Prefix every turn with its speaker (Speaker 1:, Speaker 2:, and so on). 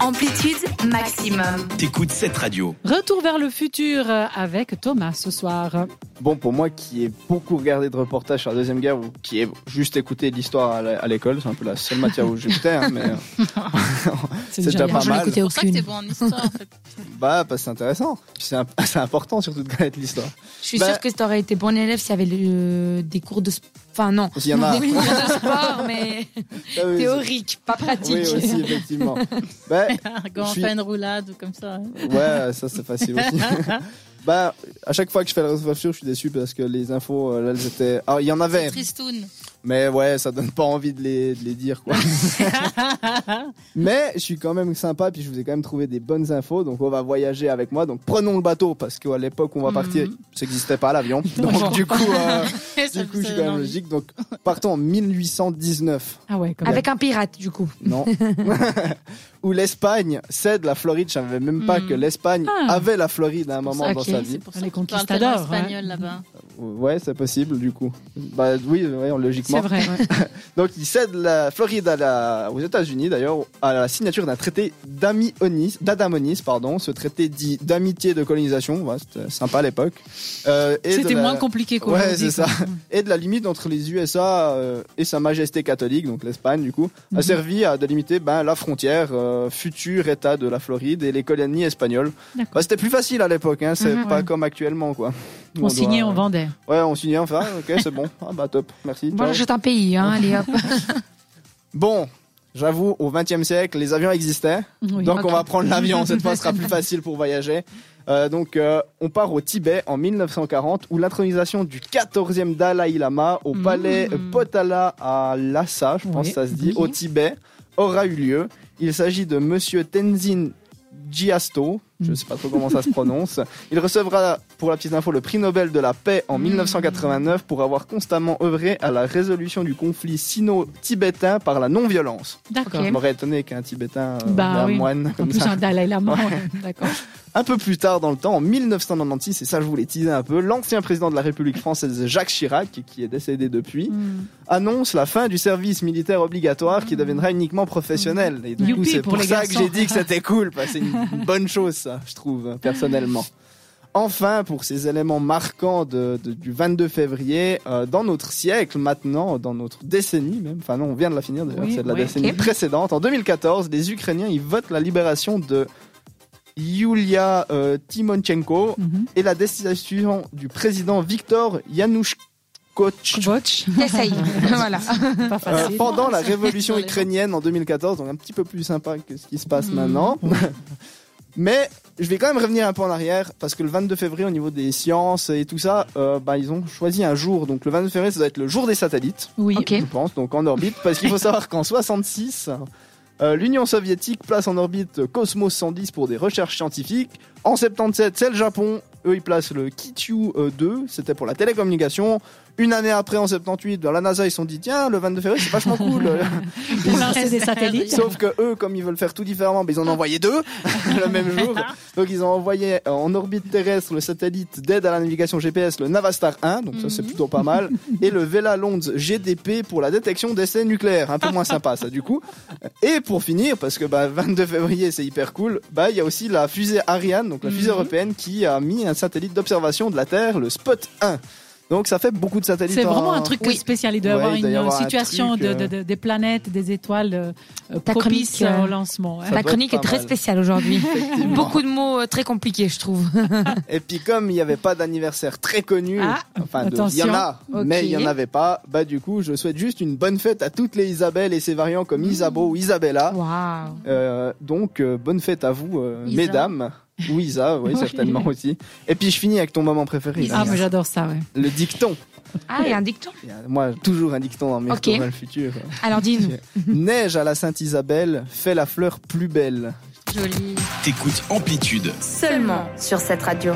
Speaker 1: Amplitude maximum.
Speaker 2: T'écoutes cette radio.
Speaker 3: Retour vers le futur euh, avec Thomas ce soir.
Speaker 4: Bon, pour moi qui ai beaucoup regardé de reportages sur la Deuxième Guerre ou qui ai juste écouté l'histoire à la- à l'école, c'est un peu la seule matière où j'écoutais, hein, mais euh, c'est déjà
Speaker 3: bien.
Speaker 4: pas
Speaker 5: J'en ai
Speaker 4: mal.
Speaker 5: écouté
Speaker 6: C'est pour ça que t'es
Speaker 5: aucune.
Speaker 6: bon en histoire. En fait.
Speaker 4: Bah, parce que c'est intéressant. Puis C'est imp- c'est important surtout de connaître l'histoire.
Speaker 5: Je suis
Speaker 4: Bah-
Speaker 5: sûre que t'aurais été bon élève s'il y avait le- euh, des cours de. sp- Enfin, non.
Speaker 4: Il y en a.
Speaker 5: Des cours de sport, mais
Speaker 4: Ah oui,
Speaker 5: théorique, pas pratique.
Speaker 4: Oui, aussi, effectivement. bah,
Speaker 6: Quand
Speaker 4: Je
Speaker 6: on
Speaker 4: suis-
Speaker 6: fait une roulade ou comme ça.
Speaker 4: Ouais, ça c'est facile aussi. bah, à chaque fois que je fais le réseau futur, je suis déçu parce que les infos, euh, là, elles étaient. Ah, il y en avait,
Speaker 6: Tristoun.
Speaker 4: mais ouais, ça donne pas envie de les, de les dire, quoi. mais je suis quand même sympa, puis je vous ai quand même trouvé des bonnes infos, donc on va voyager avec moi. Donc prenons le bateau, parce qu'à l'époque où on va partir,
Speaker 6: Mhm.
Speaker 4: ça n'existait pas l'avion.
Speaker 3: Non,
Speaker 4: Donc
Speaker 3: genre.
Speaker 4: du coup, euh,
Speaker 6: Ça
Speaker 4: du
Speaker 6: me
Speaker 4: coup, je suis
Speaker 6: donne
Speaker 4: quand même
Speaker 6: envie.
Speaker 4: logique. Donc partons en 1819.
Speaker 3: Ah ouais, quand même.
Speaker 5: Avec un pirate, du coup.
Speaker 4: Non. Où l'Espagne cède la Floride. Je savais même pas
Speaker 6: Hmm.
Speaker 4: que l'Espagne
Speaker 3: Ah.
Speaker 4: avait la Floride à un moment
Speaker 3: ça
Speaker 4: dans
Speaker 3: que-
Speaker 4: sa
Speaker 6: C'est
Speaker 4: vie.
Speaker 6: pour
Speaker 3: Les
Speaker 6: ça qu'on parle tellement
Speaker 3: conquistadors, hein.
Speaker 6: espagnol là-bas.
Speaker 4: Ouais, c'est possible du coup. Bah oui, ouais,
Speaker 3: C'est
Speaker 4: logiquement.
Speaker 3: vrai. ouais.
Speaker 4: Donc il cède la Floride à la- aux États-Unis d'ailleurs à la signature d'un traité d'Amionis, d'Adamonis pardon, ce traité dit d'amitié de colonisation. Ouais, C'était sympa à l'époque. Euh, et de
Speaker 3: C'était
Speaker 4: la-
Speaker 3: moins compliqué quoi.
Speaker 4: Ouais, c'est ça. Et de la limite entre les USA euh, et Sa Majesté catholique, donc l'Espagne du coup,
Speaker 3: Mhm.
Speaker 4: a servi à délimiter ben, la frontière euh, futur État de la Floride et les colonies espagnoles.
Speaker 3: D'accord.
Speaker 4: Bah, C'était plus facile à l'époque, hein, c'est
Speaker 5: Mhm,
Speaker 4: pas
Speaker 3: ouais.
Speaker 4: comme actuellement quoi. Où
Speaker 3: On,
Speaker 4: doit-
Speaker 3: signait, on vendait.
Speaker 4: Ouais, on signait, enfin, ok, c'est bon. Ah bah top, merci. ciao.
Speaker 5: Moi, j'achète un pays, hein, allez hop.
Speaker 4: Bon, j'avoue, au XXe siècle, les avions existaient,
Speaker 3: Oui.
Speaker 4: donc
Speaker 5: ok.
Speaker 4: on va prendre l'avion, cette fois ce sera plus facile pour voyager. Euh, donc euh, on part au Tibet en 1940 où l'intronisation du 14e Dalai Lama au
Speaker 3: Mhm.
Speaker 4: palais Potala à Lhasa, je pense
Speaker 3: Oui,
Speaker 4: que ça se dit,
Speaker 3: oui.
Speaker 4: au Tibet, aura eu lieu. Il s'agit de monsieur Tenzin Gyatso, je ne sais pas trop comment ça se prononce. Il recevra, pour la petite info, le prix Nobel de la paix
Speaker 3: Mmh.
Speaker 4: en 1989 pour avoir constamment œuvré à la résolution du conflit sino-tibétain par la non-violence.
Speaker 3: D'accord.
Speaker 4: Je m'aurais étonné qu'un Tibétain, euh,
Speaker 3: Bah
Speaker 4: un
Speaker 3: oui.
Speaker 4: moine
Speaker 3: En
Speaker 4: comme
Speaker 3: plus,
Speaker 4: ça.
Speaker 3: un Dalai Lama. ouais, D'accord.
Speaker 4: Un peu plus tard dans le temps, en 1996, et ça je voulais teaser un peu, l'ancien président de la République française Jacques Chirac, qui est décédé depuis,
Speaker 3: Hmm.
Speaker 4: annonce la fin du service militaire obligatoire qui deviendra uniquement professionnel. Et du coup,
Speaker 3: Youpi
Speaker 4: c'est
Speaker 3: pour
Speaker 4: pour,
Speaker 3: les
Speaker 4: ça
Speaker 3: garçons.
Speaker 4: que j'ai dit que c'était cool, parce que c'est une bonne chose ça, je trouve, personnellement. Enfin, pour ces éléments marquants de- de- du 22 février, euh, dans notre siècle maintenant, dans notre décennie même, enfin non, on vient de la finir d'ailleurs,
Speaker 3: Oui,
Speaker 4: c'est de la
Speaker 3: oui,
Speaker 4: décennie
Speaker 3: ok.
Speaker 4: précédente, en 2014, les Ukrainiens, ils votent la libération de Yulia euh, Timonchenko
Speaker 3: Mhm.
Speaker 4: et la destitution du président Viktor Yanushkovych.
Speaker 3: Kubotch,
Speaker 5: T'essayes. voilà.
Speaker 3: pas
Speaker 4: Euh,
Speaker 3: facile.
Speaker 4: pendant la
Speaker 6: ça,
Speaker 4: révolution
Speaker 6: sur les-
Speaker 4: ukrainienne en 2014, donc un petit peu plus sympa que ce qui se passe maintenant. Mais je vais quand même revenir un peu en arrière parce que le 22 février, au niveau des sciences et tout ça, euh, bah, ils ont choisi un jour. Donc le 22 février, ça doit être le jour des satellites,
Speaker 3: Oui.
Speaker 5: Ok.
Speaker 4: je pense, donc en orbite. Parce qu'il faut savoir qu'en 66, euh, l'Union soviétique place en orbite Cosmos 110 pour des recherches scientifiques. En 77, c'est le Japon. Eux, ils placent le Kityu euh, 2, c'était pour la télécommunication. Une année après, en 78, dans la NASA, ils se sont dit tiens, le 22 février, c'est vachement cool.
Speaker 3: Pour lancer des satellites.
Speaker 4: Sauf que eux, comme ils veulent faire tout différemment, bah, ils en ont envoyé deux le même jour.
Speaker 3: Ah.
Speaker 4: Donc ils ont envoyé euh, en orbite terrestre le satellite d'aide à la navigation GPS, le Navastar 1, donc ça c'est
Speaker 6: Mhm.
Speaker 4: plutôt pas mal, et le Vela Londs GDP pour la détection d'essais nucléaires, un peu moins sympa ça du coup. Et pour finir, parce que bah, 22 février c'est hyper cool, bah il y a aussi la fusée Ariane, donc la fusée
Speaker 6: Mhm.
Speaker 4: européenne qui a mis un satellite d'observation de la Terre, le Spot 1. Donc ça fait beaucoup de satellites.
Speaker 3: C'est vraiment
Speaker 4: en-
Speaker 3: un truc
Speaker 5: Oui.
Speaker 3: spécial. Il doit y
Speaker 4: Ouais,
Speaker 3: avoir
Speaker 4: il doit y
Speaker 3: une
Speaker 4: avoir un
Speaker 3: situation
Speaker 4: truc, euh,
Speaker 3: de, de- de- des planètes, des étoiles euh, euh,
Speaker 5: Ta
Speaker 3: propices
Speaker 5: chronique, euh,
Speaker 3: au lancement. ouais.
Speaker 4: Ça
Speaker 5: La
Speaker 4: doit
Speaker 5: chronique
Speaker 4: être
Speaker 5: est
Speaker 4: pas
Speaker 5: très
Speaker 4: mal.
Speaker 5: spéciale aujourd'hui.
Speaker 4: Effectivement.
Speaker 5: Beaucoup de mots euh, très compliqués, je trouve.
Speaker 4: Et puis comme il n'y avait pas d'anniversaire très connu,
Speaker 3: Ah,
Speaker 4: enfin de- il y
Speaker 3: attention.
Speaker 4: en a,
Speaker 5: Ok.
Speaker 4: mais il n'y en avait pas, bah du coup je souhaite juste une bonne fête à toutes les Isabelles et ses variants comme Isabeau ou Isabella.
Speaker 5: Waouh.
Speaker 4: Euh, donc euh, bonne fête à vous euh,
Speaker 6: Isa.
Speaker 4: mesdames, ou Isa, oui
Speaker 3: Oui.
Speaker 4: certainement aussi. Et puis je finis avec ton moment préféré,
Speaker 3: Ah,
Speaker 4: Isa.
Speaker 3: mais j'adore ça. Ouais.
Speaker 4: le dicton.
Speaker 5: Ah, il y a un dicton.
Speaker 4: Il y a, Moi toujours un dicton dans mes
Speaker 5: Ok.
Speaker 4: retours vers le futur.
Speaker 5: Alors, dis-nous.
Speaker 4: Neige à la Sainte Isabelle, fait la fleur plus belle.
Speaker 6: Joli.
Speaker 2: T'écoutes Amplitude.
Speaker 1: Seulement sur cette radio.